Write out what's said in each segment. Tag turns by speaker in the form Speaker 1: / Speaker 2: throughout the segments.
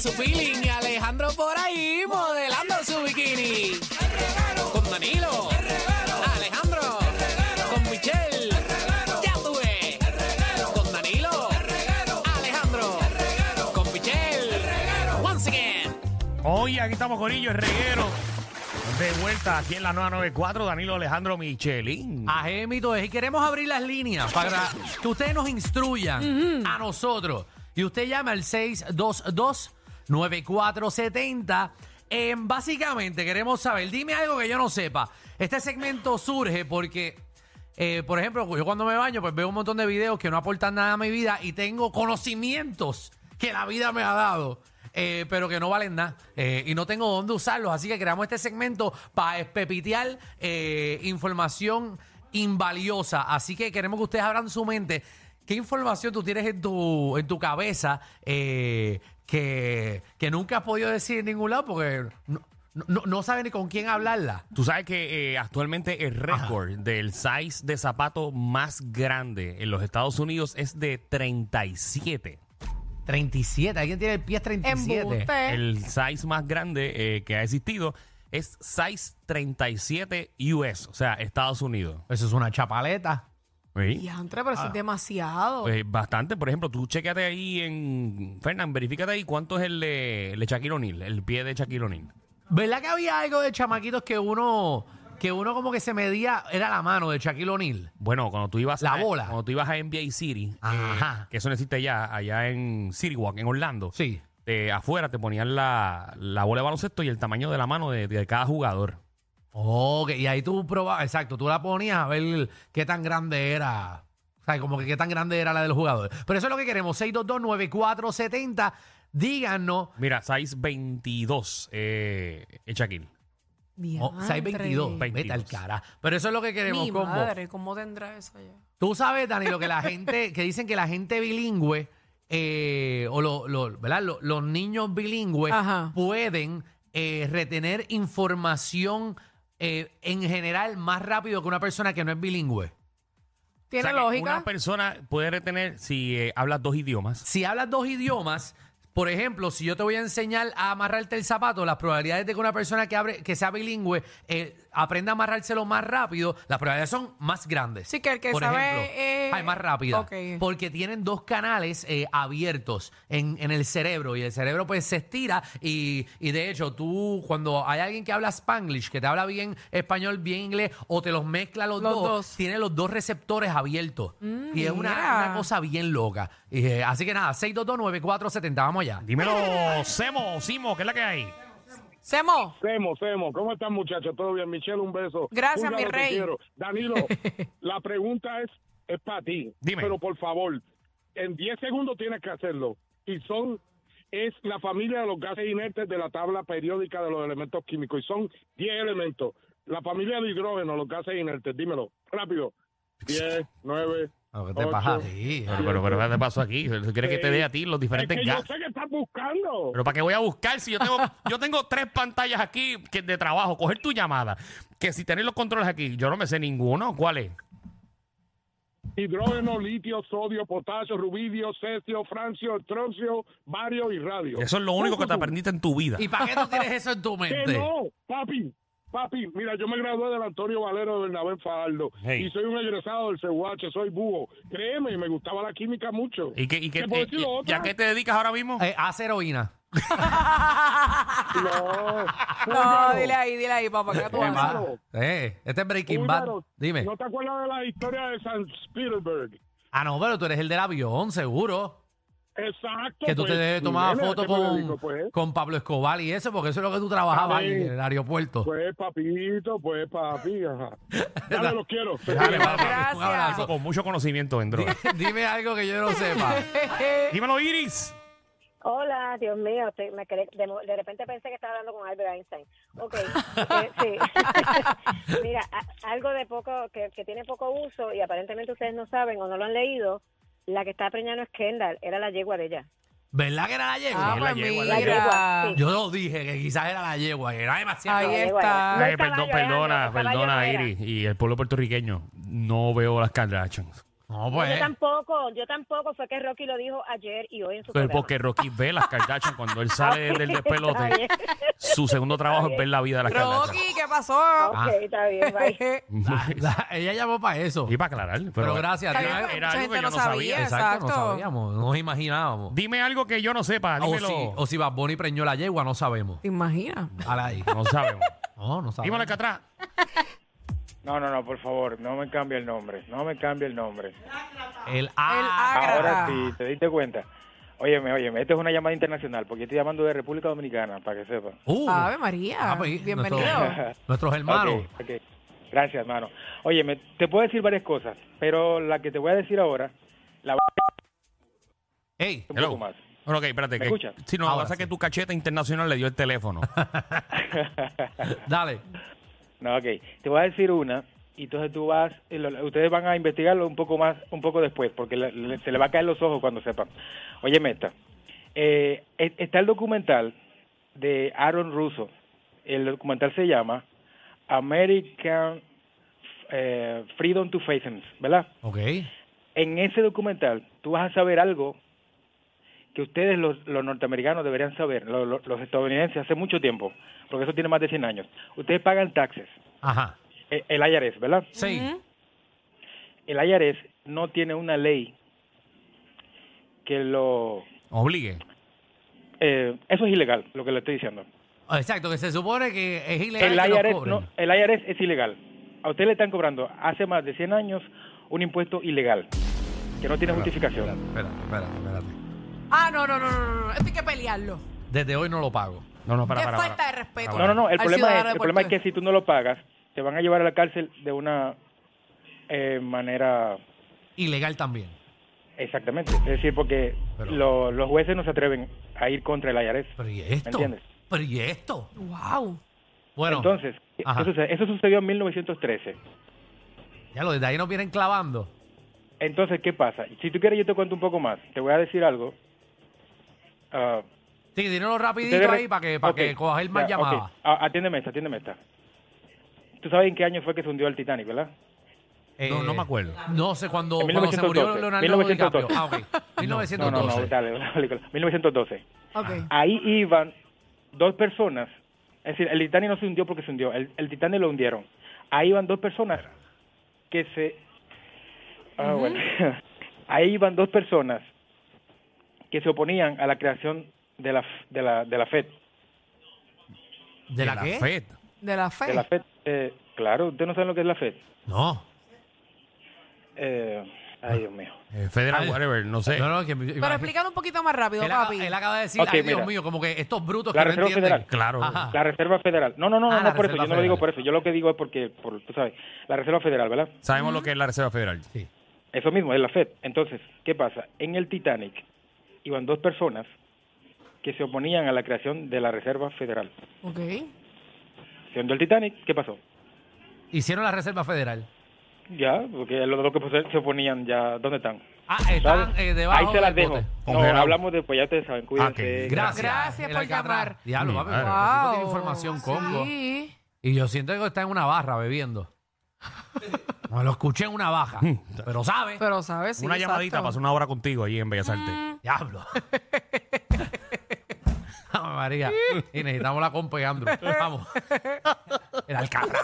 Speaker 1: su feeling y Alejandro por ahí modelando su bikini. Con Danilo. Alejandro. Con Michelle. Ya tuve. Con Danilo. Alejandro. Con Michelle. Once again.
Speaker 2: Oye, aquí estamos Corillo, el reguero. De vuelta aquí en la 994, Danilo Alejandro Michelin.
Speaker 3: Ajémito es. Y queremos abrir las líneas para que ustedes nos instruyan a nosotros. Y usted llama al 622-9470. Eh, básicamente queremos saber, dime algo que yo no sepa. Este segmento surge porque, eh, por ejemplo, yo cuando me baño, pues veo un montón de videos que no aportan nada a mi vida y tengo conocimientos que la vida me ha dado. eh, pero que no valen nada eh, y no tengo dónde usarlos. Así que creamos este segmento para espepitear eh, información invaliosa. Así que queremos que ustedes abran su mente. ¿Qué información tú tienes en tu, en tu cabeza eh, que, que nunca has podido decir en ningún lado porque no, no, no sabes ni con quién hablarla?
Speaker 2: Tú sabes que eh, actualmente el récord del size de zapato más grande en los Estados Unidos es de 37.
Speaker 3: 37. ¿Alguien tiene el pie 37?
Speaker 4: Embuste.
Speaker 2: El size más grande eh, que ha existido es size 37 US, o sea, Estados Unidos.
Speaker 3: Eso es una chapaleta.
Speaker 2: ¿Sí?
Speaker 4: Diantre, pero eso
Speaker 3: Ah.
Speaker 4: es demasiado.
Speaker 2: Pues bastante, por ejemplo, tú chequeate ahí en. Fernán, verifícate ahí cuánto es el de, el de Shaquille O'Neal, el pie de Shaquille O'Neal.
Speaker 3: ¿Verdad que había algo de chamaquitos que uno que uno como que se medía era la mano de Shaquille O'Neal?
Speaker 2: Bueno, cuando tú ibas
Speaker 3: La
Speaker 2: a,
Speaker 3: bola.
Speaker 2: Cuando tú ibas a NBA City, eh,
Speaker 3: Ajá.
Speaker 2: que eso no existe ya, allá en City Walk, en Orlando.
Speaker 3: Sí.
Speaker 2: eh, afuera te ponían la, la bola de baloncesto y el tamaño de la mano de, de cada jugador.
Speaker 3: Ok, y ahí tú probabas, exacto, tú la ponías a ver qué tan grande era. O sea, como que qué tan grande era la del jugador. Pero eso es lo que queremos, 6229470. Díganos,
Speaker 2: Mira, size 22, eh, el Shaquille.
Speaker 3: oh,
Speaker 4: Diantre.
Speaker 3: 622,
Speaker 2: 22.
Speaker 3: vete al cara. Pero eso es lo que queremos,
Speaker 4: Mi
Speaker 3: combo.
Speaker 4: madre, ¿cómo tendrá eso ya?
Speaker 3: Tú sabes, Dani, lo que la gente, que dicen que la gente bilingüe, eh, o lo- lo- ¿verdad? Lo- los niños bilingües
Speaker 4: Ajá.
Speaker 3: pueden eh, retener información eh, en general más rápido que una persona que no es bilingüe.
Speaker 4: ¿Tiene
Speaker 2: O sea que
Speaker 4: lógica?
Speaker 2: Una persona puede retener si eh, habla dos idiomas.
Speaker 3: Si hablas dos idiomas, por ejemplo, si yo te voy a enseñar a amarrarte el zapato, las probabilidades de que una persona que, abre, que sea bilingüe eh, aprenda a amarrárselo más rápido, las probabilidades son más grandes.
Speaker 4: Sí, que el que
Speaker 3: por
Speaker 4: sabe,
Speaker 3: ejemplo,
Speaker 4: eh,
Speaker 3: ay, más rápida.
Speaker 4: ok.
Speaker 3: Porque tienen dos canales eh, abiertos en, en el cerebro y el cerebro pues se estira y, y de hecho tú cuando hay alguien que habla spanglish, que te habla bien español, bien inglés o te los mezcla los,
Speaker 4: Los
Speaker 3: dos,
Speaker 4: dos. Mm,
Speaker 3: tiene los dos receptores abiertos. y es una,
Speaker 4: mira.
Speaker 3: una cosa bien loca. Y, eh, así que nada, 6229470, vamos allá.
Speaker 2: Dímelo, Semo, Simo, ¿qué es la que hay?
Speaker 4: Semo,
Speaker 5: Semo, Semo, ¿cómo están muchachos? ¿Todo bien? Michelle, un beso.
Speaker 4: Gracias,
Speaker 5: Júzgalo
Speaker 4: mi
Speaker 5: que
Speaker 4: rey.
Speaker 5: quiero. Danilo, la pregunta es, es para ti.
Speaker 2: Dime.
Speaker 5: Pero por favor, en 10 segundos tienes que hacerlo. Y son, es la familia de los gases inertes de la tabla periódica de los elementos químicos. Y son 10 elementos. La familia de hidrógeno, los gases inertes. Dímelo, rápido. 10, 9,
Speaker 3: Ah, ¿qué te pasa a
Speaker 5: Ocho.
Speaker 3: ti?
Speaker 2: Pero, pero, pero, ¿qué te pasó aquí? ¿Quieres que te dé a ti los diferentes
Speaker 5: es que yo
Speaker 2: gas?
Speaker 5: sé que estás buscando.
Speaker 2: Pero para qué voy a buscar si yo tengo yo tengo tres pantallas aquí que de trabajo, coger tu llamada, que si tenéis los controles aquí, yo no me sé ninguno, ¿cuál es?
Speaker 5: Hidrógeno, litio, sodio, potasio, rubidio, cesio, francio, estroncio, bario y radio.
Speaker 2: Eso es lo único que te aprendiste en tu vida.
Speaker 3: ¿Y para qué tú tienes eso en tu
Speaker 5: Que
Speaker 3: mente?
Speaker 5: Eh, no, papi. Papi, mira, yo me gradué del Antonio Valero de Bernabé Fajardo
Speaker 2: Hey.
Speaker 5: y soy un egresado del CEUH, soy búho. Créeme, me gustaba la química mucho.
Speaker 2: ¿Y, qué, y, qué-
Speaker 5: ¿Te puedo
Speaker 2: eh,
Speaker 5: decir lo
Speaker 2: y- y
Speaker 5: otro?
Speaker 2: a qué te dedicas ahora mismo?
Speaker 3: Eh, hace heroína.
Speaker 5: No,
Speaker 4: no,
Speaker 5: Búlgaro,
Speaker 4: Ah, dile ahí, dile ahí, papá, ¿qué tú
Speaker 3: Eh,
Speaker 4: haces?
Speaker 5: Búlgaro.
Speaker 3: va. Eh, este es Breaking Bad.
Speaker 5: Búlgaro,
Speaker 3: Dime.
Speaker 5: ¿No te acuerdas de la historia de San Spielberg?
Speaker 3: Ah, no, pero tú eres el del avión, seguro.
Speaker 5: Exacto.
Speaker 3: Que tú
Speaker 5: pues,
Speaker 3: te tomabas
Speaker 5: nene,
Speaker 3: fotos
Speaker 5: ¿qué me
Speaker 3: con,
Speaker 5: dedico, pues?
Speaker 3: con Pablo Escobar y eso, porque eso es lo que tú trabajabas ahí
Speaker 5: Dale.
Speaker 3: en el aeropuerto.
Speaker 5: Pues, papito, pues, papi, ajá. Dale, los quiero.
Speaker 2: Dale, papi,
Speaker 4: gracias.
Speaker 2: Un abrazo con mucho conocimiento dentro.
Speaker 3: Dime algo que yo no sepa.
Speaker 2: Dímelo, Iris.
Speaker 6: Hola, Dios mío, te- me quedé- de, mo- de repente pensé que estaba hablando con Albert Einstein. Ok, eh, sí. Mira, a- algo de poco, que, que tiene poco uso y aparentemente ustedes no saben o no lo han leído, la que está preñada no es Kendall, era la yegua de ella.
Speaker 3: ¿Verdad que era la
Speaker 4: Ah,
Speaker 3: yegua?
Speaker 2: la
Speaker 4: pues
Speaker 2: yegua, la
Speaker 4: mira.
Speaker 6: yegua,
Speaker 3: Yo lo dije, que quizás era la yegua, que era demasiado.
Speaker 4: Ahí
Speaker 6: La yegua
Speaker 4: está.
Speaker 6: era.
Speaker 2: Ay,
Speaker 6: No, el
Speaker 2: perdón,
Speaker 6: caballo era,
Speaker 2: perdona,
Speaker 6: el caballo
Speaker 2: perdona,
Speaker 6: era.
Speaker 2: Iris. Y el pueblo puertorriqueño, no veo las Kardashians.
Speaker 3: No,
Speaker 6: Yo
Speaker 3: pues.
Speaker 6: tampoco, yo tampoco, fue que Rocky lo dijo ayer y hoy en su
Speaker 2: Pues
Speaker 6: programa.
Speaker 2: porque Rocky ve las Kardashian cuando él sale del
Speaker 6: Está
Speaker 2: despelote.
Speaker 6: bien.
Speaker 2: Su segundo trabajo es ver la vida de las Kardashian.
Speaker 4: Rocky, ¿qué
Speaker 2: Ah.
Speaker 3: Ah,
Speaker 4: pasó?
Speaker 6: Ok, está bien, bye.
Speaker 3: La- ella llamó para eso.
Speaker 2: y para aclarar. Pero,
Speaker 3: Pero gracias,
Speaker 4: Está bien,
Speaker 3: tío.
Speaker 2: era
Speaker 4: porque mucha
Speaker 2: algo que
Speaker 4: gente
Speaker 2: yo
Speaker 4: no
Speaker 2: no sabía.
Speaker 4: sabía.
Speaker 3: Exacto, no
Speaker 4: exacto.
Speaker 3: sabíamos, no nos imaginábamos.
Speaker 2: Dime algo que yo no sepa,
Speaker 3: O
Speaker 2: dímelo.
Speaker 3: si, o si Bad Bunny preñó la yegua, no sabemos.
Speaker 4: ¿Te imaginas?
Speaker 3: A la hija.
Speaker 2: No sabemos.
Speaker 3: No, no sabemos.
Speaker 2: Dímelo acá atrás.
Speaker 7: No, no, no, por favor, no me cambie el nombre, no me cambie el nombre.
Speaker 3: El
Speaker 4: El
Speaker 3: A.
Speaker 4: Ágrata.
Speaker 7: Ahora sí, te diste cuenta. Óyeme, óyeme, esta es una llamada internacional, porque yo estoy llamando de República Dominicana, para que sepan.
Speaker 3: Uh.
Speaker 4: Ave María.
Speaker 3: Ah, pues,
Speaker 4: Bienvenido.
Speaker 3: nuestro- nuestros hermanos.
Speaker 7: Ok, ok. Gracias, hermano. Óyeme, te puedo decir varias cosas, pero la que te voy a decir ahora, la voy a
Speaker 3: Ey,
Speaker 7: decir un
Speaker 2: Hello.
Speaker 7: poco más.
Speaker 2: Bueno, ok, espérate.
Speaker 7: ¿Me
Speaker 2: que-
Speaker 7: escuchas?
Speaker 2: Sí, no, lo que
Speaker 3: Ahora
Speaker 2: pasa es que
Speaker 3: sí.
Speaker 2: tu cacheta internacional le dio el teléfono.
Speaker 3: dale.
Speaker 7: No, ok. Te voy a decir una y entonces tú vas, eh, lo- ustedes van a investigarlo un poco más, un poco después, porque le- le- se le va a caer los ojos cuando sepan. Oye, Meta, eh, e- está el documental de Aaron Russo. El documental se llama American eh, Freedom to Faithfulness, ¿verdad?
Speaker 3: Ok.
Speaker 7: En ese documental tú vas a saber algo que ustedes los, los norteamericanos deberían saber, lo- lo- los estadounidenses hace mucho tiempo, porque eso tiene más de 100 años. Ustedes pagan taxes
Speaker 3: Ajá.
Speaker 7: eh, el IRS, ¿verdad?
Speaker 3: Sí.
Speaker 4: Ujú.
Speaker 7: El IRS no tiene una ley que lo...
Speaker 2: Obligue.
Speaker 7: eh, eso es ilegal, lo que le estoy diciendo.
Speaker 3: Exacto, que se supone que es ilegal.
Speaker 7: El
Speaker 3: Ah, que nos
Speaker 7: IRS,
Speaker 3: cobren.
Speaker 7: no, el IRS es ilegal. A usted le están cobrando hace más de 100 años un impuesto ilegal que no tiene justificación.
Speaker 3: Espérate, espérate, espérate.
Speaker 4: Ah, no, no, no, no, no, no. Esto hay que pelearlo.
Speaker 3: Desde hoy no lo pago.
Speaker 2: No, no, para,
Speaker 4: Qué
Speaker 2: para,
Speaker 4: falta
Speaker 2: para. Ah,
Speaker 4: de respeto.
Speaker 2: Para,
Speaker 7: No, no, no. El
Speaker 4: Al
Speaker 7: problema es,
Speaker 4: ciudadano de
Speaker 7: el problema es
Speaker 4: Puerto
Speaker 7: que si tú no lo pagas, te van a llevar a la cárcel de una eh, manera...
Speaker 3: Ilegal también.
Speaker 7: Exactamente. Es decir, porque
Speaker 3: Pero-
Speaker 7: lo- los jueces no se atreven a ir contra el IRS.
Speaker 3: Pero ¿y esto?
Speaker 7: ¿Me entiendes?
Speaker 3: Pero ¿y esto?
Speaker 4: Wow.
Speaker 3: Bueno,
Speaker 7: Entonces,
Speaker 3: Ajá.
Speaker 7: eso, sucede- eso sucedió en 1913.
Speaker 3: ya lo desde ahí nos vienen clavando.
Speaker 7: Entonces, ¿qué pasa? Si tú quieres, yo te cuento un poco más. Te voy a decir algo. Ah,
Speaker 3: Sí, dímelo rapidito
Speaker 7: ustedes re-
Speaker 3: ahí para que, para
Speaker 7: Ok,
Speaker 3: que cojas el más
Speaker 7: ya, ok.
Speaker 3: llamada.
Speaker 7: A- Atiéndeme esta, atiéndeme esta. Tú sabes en qué año fue que se hundió el Titanic, ¿verdad?
Speaker 2: No, no me acuerdo.
Speaker 3: No sé, cuando,
Speaker 7: En
Speaker 3: cuando se murió
Speaker 7: 1912.
Speaker 3: Leonardo DiCaprio. Ah, ok. 1912.
Speaker 7: No, no, no, dale, dale, dale. 1912.
Speaker 4: Ok.
Speaker 3: Ah.
Speaker 7: Ahí iban dos personas. Es decir, el Titanic no se hundió porque se hundió. El, el Titanic lo hundieron. Ahí iban dos personas que se... Ah, bueno. Ahí iban dos personas que se oponían a la creación de la, f- de la, de la FED.
Speaker 3: ¿De la qué?
Speaker 2: FED.
Speaker 4: De la fe.
Speaker 7: De la FED eh, claro, ustedes no saben lo que es la FED.
Speaker 3: No.
Speaker 7: Eh, ay, Dios mío.
Speaker 2: Eh, Federal,
Speaker 3: Ay.
Speaker 2: whatever, no sé.
Speaker 3: No, no, que me-
Speaker 4: Pero
Speaker 3: imagínate.
Speaker 4: explícalo un poquito más rápido,
Speaker 3: él,
Speaker 4: papi.
Speaker 3: acaba- él acaba de decir,
Speaker 7: Ok,
Speaker 3: ay, Dios
Speaker 7: mira.
Speaker 3: mío, como que estos brutos
Speaker 7: La
Speaker 3: que no
Speaker 7: Reserva
Speaker 3: entienden.
Speaker 7: Federal.
Speaker 2: Claro.
Speaker 3: Ajá.
Speaker 7: La Reserva Federal. No, no, no,
Speaker 3: Ah,
Speaker 7: no,
Speaker 3: la
Speaker 7: no por eso. Yo
Speaker 3: Reserva
Speaker 7: no lo digo
Speaker 3: Federal.
Speaker 7: por eso. Yo lo que digo es porque, por, tú sabes, la Reserva Federal, ¿verdad?
Speaker 2: Sabemos lo que es la Reserva Federal.
Speaker 3: Sí.
Speaker 7: Eso mismo, es la FED. Entonces, ¿qué pasa? En el Titanic iban dos personas que se oponían a la creación de la Reserva Federal.
Speaker 4: Ok.
Speaker 7: Siendo el Titanic, ¿qué pasó?
Speaker 3: Hicieron la Reserva Federal.
Speaker 7: Ya, porque los dos que pues, se oponían ya, ¿dónde están?
Speaker 3: Ah, están
Speaker 7: ¿Sabes?
Speaker 3: eh, debajo
Speaker 7: Ahí se las
Speaker 3: del
Speaker 7: dejo.
Speaker 3: bote.
Speaker 7: No,
Speaker 2: Congelado. Ah,
Speaker 7: hablamos después, ya ustedes saben, cuídense.
Speaker 2: Ok,
Speaker 3: Gracias.
Speaker 4: Gracias
Speaker 3: El
Speaker 4: por
Speaker 3: Alcatraz.
Speaker 4: llamar.
Speaker 3: Diablo, papi,
Speaker 2: Mi
Speaker 3: pero
Speaker 2: madre.
Speaker 3: el tipo tiene
Speaker 4: Wow.
Speaker 3: información congo.
Speaker 4: Sí.
Speaker 3: Y yo siento que está en una barra bebiendo. Me lo escuché en una baja.
Speaker 7: Mm.
Speaker 3: pero sabe.
Speaker 4: Pero sabes, sí,
Speaker 2: una
Speaker 4: exacto.
Speaker 2: llamadita, pasó una hora contigo allí en Bellas Artes.
Speaker 4: Mm.
Speaker 3: Diablo. Vamos, María. Y necesitamos la compa de Andrew. Vamos. El Alcatraz.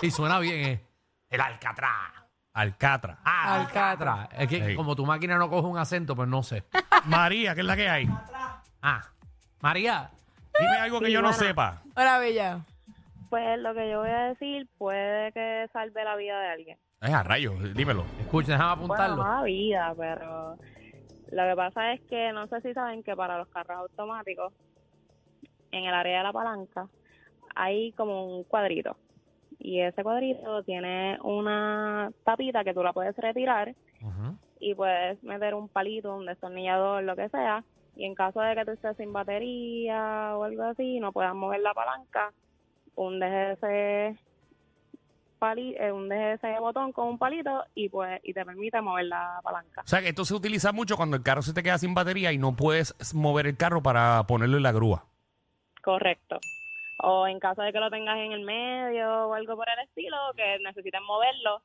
Speaker 3: Y suena bien, ¿eh? El Alcatraz.
Speaker 2: Alcatra.
Speaker 3: Ah, el
Speaker 4: Alcatraz.
Speaker 3: Alcatraz. Es que
Speaker 2: Sí.
Speaker 3: como tu máquina no coge un acento, pues no sé.
Speaker 2: María, ¿qué es la que hay?
Speaker 3: Ah. María.
Speaker 2: Dime algo que yo no sepa.
Speaker 4: Hola, Bella.
Speaker 6: Pues lo que yo voy a decir puede que salve la vida de alguien.
Speaker 2: Es a rayos, dímelo.
Speaker 3: Escucha, déjame
Speaker 6: Bueno,
Speaker 3: apuntarlo.
Speaker 6: no la vida, pero lo que pasa es que no sé si saben que para los carros automáticos, en el área de la palanca, hay como un cuadrito. Y ese cuadrito tiene una tapita que tú la puedes retirar
Speaker 3: Ujú.
Speaker 6: y puedes meter un palito, un destornillador, lo que sea. Y en caso de que tú estés sin batería o algo así, y no puedas mover la palanca, hundes ese, pali, eh, hundes ese botón con un palito y pues y te permite mover la palanca.
Speaker 2: O sea, que esto se utiliza mucho cuando el carro se te queda sin batería y no puedes mover el carro para ponerlo en la grúa.
Speaker 6: Correcto. O en caso de que lo tengas en el medio o algo por el estilo, que necesites moverlo,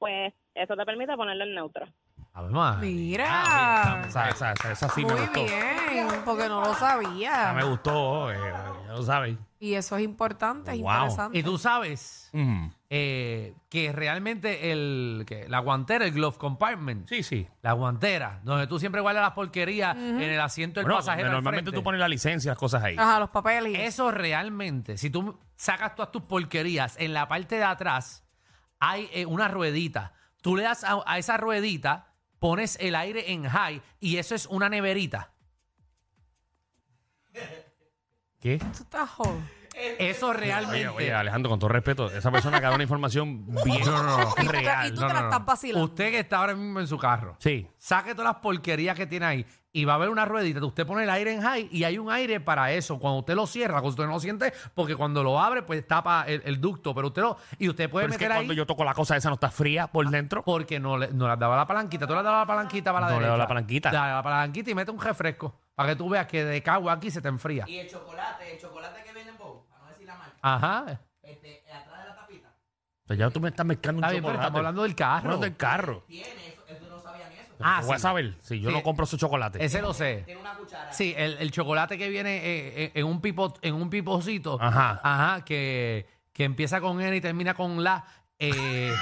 Speaker 6: pues eso te permite ponerlo en neutro.
Speaker 3: A ver, Ah, más.
Speaker 4: Mira.
Speaker 2: Esa, esa, esa, esa sí me
Speaker 4: Muy
Speaker 2: gustó.
Speaker 4: bien, porque no lo
Speaker 2: Esa me
Speaker 4: sabía.
Speaker 2: gustó, eh, ya lo sabes.
Speaker 4: Y eso es importante, es
Speaker 2: Wow.
Speaker 3: Y
Speaker 4: interesante.
Speaker 3: tú sabes
Speaker 2: Mm.
Speaker 3: eh, que realmente el, que la guantera, el glove compartment,
Speaker 2: Sí, sí.
Speaker 3: la guantera, donde tú siempre guardas las porquerías en el asiento del
Speaker 2: Bueno,
Speaker 3: pasajero. al
Speaker 2: normalmente
Speaker 3: frente.
Speaker 2: tú pones la licencia, las cosas ahí.
Speaker 4: Ajá, los papeles. y eso.
Speaker 3: Eso realmente, si tú sacas todas tus porquerías, en la parte de atrás hay eh, una ruedita. Tú le das a, a esa ruedita, pones el aire en high y eso es una neverita.
Speaker 2: ¿Qué?
Speaker 4: Tú estás joven.
Speaker 3: Eso
Speaker 2: Oye,
Speaker 3: realmente.
Speaker 2: oye, Alejandro, con todo respeto, esa persona que da una información bien
Speaker 4: Y tú te- y
Speaker 2: real.
Speaker 4: tú te la estás vacilando.
Speaker 3: Usted que está ahora mismo en su carro,
Speaker 2: Sí.
Speaker 3: saque todas las porquerías que tiene ahí y va a haber una ruedita. Usted pone el aire en high y hay un aire para eso. Cuando usted lo cierra, cuando usted no lo siente, porque cuando lo abre, pues tapa el, el ducto. Pero usted lo. Y usted puede
Speaker 2: Pero es que
Speaker 3: meter ahí. Ah.
Speaker 2: cuando yo toco la cosa esa no está fría por dentro.
Speaker 3: Porque no le, no le has dado la palanquita. Tú le has dado la palanquita para
Speaker 2: No
Speaker 3: la
Speaker 2: le he
Speaker 3: derecha.
Speaker 2: dado la palanquita.
Speaker 3: Dale la palanquita y mete un refresco. Para que tú veas que de cagua aquí se te enfría.
Speaker 8: Y el chocolate, el chocolate que vende en Bow, para no decir la marca,
Speaker 3: Ajá.
Speaker 8: este, atrás de la tapita,
Speaker 2: O sea, ya tú me estás mezclando un
Speaker 3: Está bien, pero
Speaker 2: chocolate.
Speaker 3: estamos hablando del carro.
Speaker 2: Hablando del carro. Pues,
Speaker 8: tiene eso, eso no sabían eso.
Speaker 3: Ah,
Speaker 2: Voy a
Speaker 3: sí.
Speaker 2: saber si yo
Speaker 3: Sí.
Speaker 2: no compro su chocolate.
Speaker 3: Ese lo sé.
Speaker 8: Tiene una cuchara.
Speaker 3: Sí, el, el chocolate que viene eh, eh, en un pipo, en un pipocito.
Speaker 2: Ajá.
Speaker 3: Ajá, que, que empieza con N y termina con la. eh.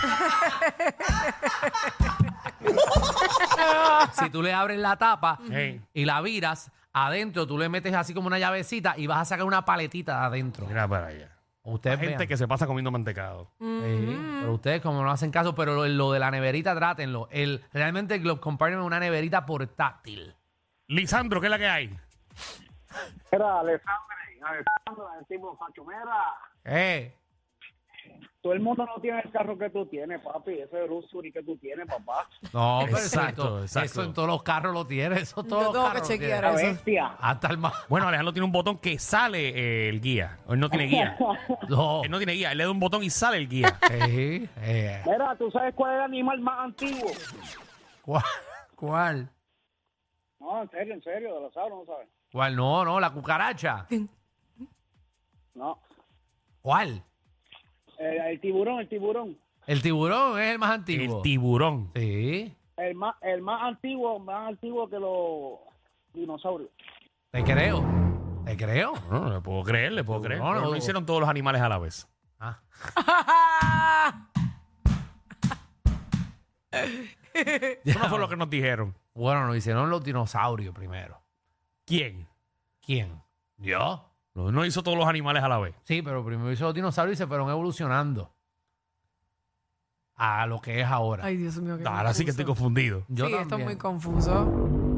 Speaker 3: si tú le abres la tapa
Speaker 2: Hey,
Speaker 3: y la viras adentro, tú le metes así como una llavecita y vas a sacar una paletita de adentro.
Speaker 2: mira para allá.
Speaker 3: Ustedes
Speaker 2: Gente
Speaker 3: vean.
Speaker 2: que se pasa comiendo mantecado.
Speaker 3: Sí,
Speaker 4: Mm.
Speaker 3: pero ustedes como no hacen caso, pero lo, lo de la neverita, trátenlo. El, realmente el Globe Compartment es una neverita portátil.
Speaker 2: Lisandro, ¿qué es la que hay?
Speaker 5: Era Alessandre, Alessandra, el tipo Fachumera.
Speaker 3: Eh,
Speaker 5: Todo el mundo no tiene el carro que tú tienes, papi. Ese Rusuri que tú tienes, papá.
Speaker 3: no,
Speaker 2: Exacto,
Speaker 3: pero exacto,
Speaker 2: exacto.
Speaker 3: Eso en todos los carros lo tiene, eso todos los
Speaker 4: Yo tengo
Speaker 3: carros
Speaker 4: que
Speaker 3: lo tienen.
Speaker 4: chequear
Speaker 5: La
Speaker 4: eso.
Speaker 5: bestia.
Speaker 3: Hasta el más.
Speaker 2: Bueno, Alejandro tiene un botón que sale eh, el guía. Él no tiene guía.
Speaker 3: No.
Speaker 2: Él no tiene guía. Él le da un botón y sale el guía.
Speaker 3: Eh, eh.
Speaker 5: Mira, ¿tú sabes cuál es el animal más antiguo?
Speaker 3: ¿Cuál? ¿Cuál?
Speaker 5: No, en serio, en serio, de los sauros, no sabes.
Speaker 3: ¿Cuál? No, no, la cucaracha.
Speaker 5: No.
Speaker 3: ¿Cuál?
Speaker 5: El, el tiburón, el tiburón.
Speaker 3: El tiburón es el más antiguo.
Speaker 2: El tiburón.
Speaker 3: sí.
Speaker 5: El más, el más antiguo, más antiguo que los dinosaurios.
Speaker 3: Te creo. Te creo.
Speaker 2: No, no le puedo creer, le puedo creer.
Speaker 3: No,
Speaker 2: Pero
Speaker 3: no.
Speaker 2: no hicieron todos los animales a la vez.
Speaker 3: Ah.
Speaker 2: Eso no fue lo que nos dijeron.
Speaker 3: Bueno, lo hicieron los dinosaurios primero.
Speaker 2: ¿Quién?
Speaker 3: ¿Quién? ¿Yo?
Speaker 2: No, no hizo todos los animales a la vez.
Speaker 3: Sí, pero primero hizo los dinosaurios y se fueron evolucionando a lo que es ahora.
Speaker 4: Ay, Dios mío. qué
Speaker 2: Ahora sí que estoy
Speaker 4: confuso.
Speaker 2: confundido.
Speaker 3: yo
Speaker 4: sí, esto es
Speaker 3: también.
Speaker 4: muy confuso.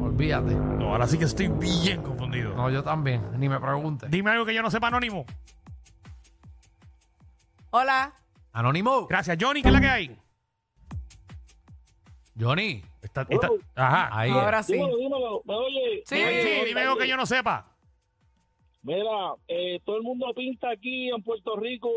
Speaker 3: Olvídate.
Speaker 2: No, ahora sí que estoy bien confundido.
Speaker 3: No, yo también. Ni me preguntes.
Speaker 2: Dime algo que yo no sepa, Anónimo.
Speaker 4: Hola.
Speaker 3: Anónimo.
Speaker 2: Gracias, Johnny, ¿qué es la que hay?
Speaker 3: Johnny.
Speaker 2: Está- está- ajá.
Speaker 3: Ahí.
Speaker 4: Ahora sí.
Speaker 5: Dímelo, dímelo. ¿Me oye?
Speaker 4: Sí.
Speaker 2: Ay, sí, dime algo que yo no sepa.
Speaker 5: Mira, eh, todo el mundo pinta aquí en Puerto Rico.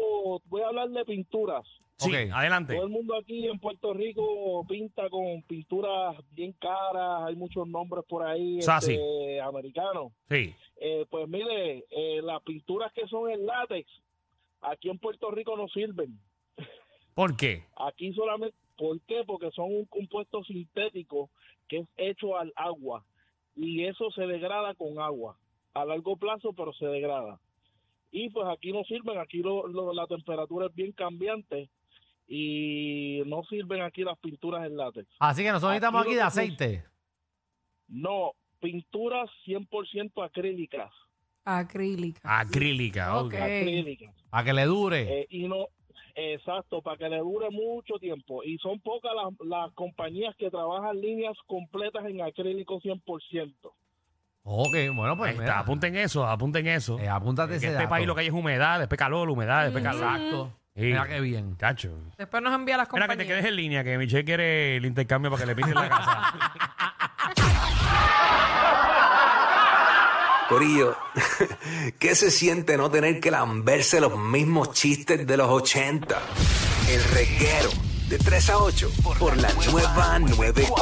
Speaker 5: Voy a hablar de pinturas.
Speaker 2: Sí,
Speaker 3: Ok.
Speaker 2: adelante.
Speaker 5: Todo el mundo aquí en Puerto Rico pinta con pinturas bien caras. Hay muchos nombres por ahí
Speaker 2: Sassy.
Speaker 5: este, americanos.
Speaker 2: Sí.
Speaker 5: Eh, pues mire, eh, las pinturas que son en látex aquí en Puerto Rico no sirven.
Speaker 2: ¿Por qué?
Speaker 5: Aquí solamente, ¿por qué? Porque son un compuesto sintético que es hecho al agua y eso se degrada con agua a largo plazo, pero se degrada. Y pues aquí no sirven, aquí lo- lo- la temperatura es bien cambiante y no sirven aquí las pinturas en látex.
Speaker 3: Así que nosotros necesitamos
Speaker 5: Aquí
Speaker 3: aquí de
Speaker 5: lo que
Speaker 3: aceite.
Speaker 5: No, pinturas 100% acrílicas.
Speaker 2: Ah.
Speaker 4: Acrílica.
Speaker 2: Acrílica. ok.
Speaker 4: Ok.
Speaker 5: Acrílicas.
Speaker 3: Para que le dure.
Speaker 5: Eh, y no, exacto, para que le dure mucho tiempo. Y son pocas las, las compañías que trabajan líneas completas en acrílico 100%.
Speaker 3: Ok, bueno, pues.
Speaker 2: Ahí está,
Speaker 3: mira.
Speaker 2: apunten eso, apunten eso.
Speaker 3: Eh, apúntate
Speaker 2: Que
Speaker 3: ese
Speaker 2: este
Speaker 3: dato.
Speaker 2: país lo que hay es humedad, después calor, humedad, después calor.
Speaker 3: Exacto.
Speaker 2: Sí.
Speaker 3: Mira qué bien.
Speaker 2: Cacho.
Speaker 4: Después nos envía las
Speaker 2: Mira que
Speaker 4: compañías.
Speaker 2: te quedes en línea, que Michelle quiere el intercambio para que le pise la casa.
Speaker 9: Corillo, ¿qué se siente no tener que lamberse los mismos chistes de los 80? El reguero de 3 a 8 por la nueva 94.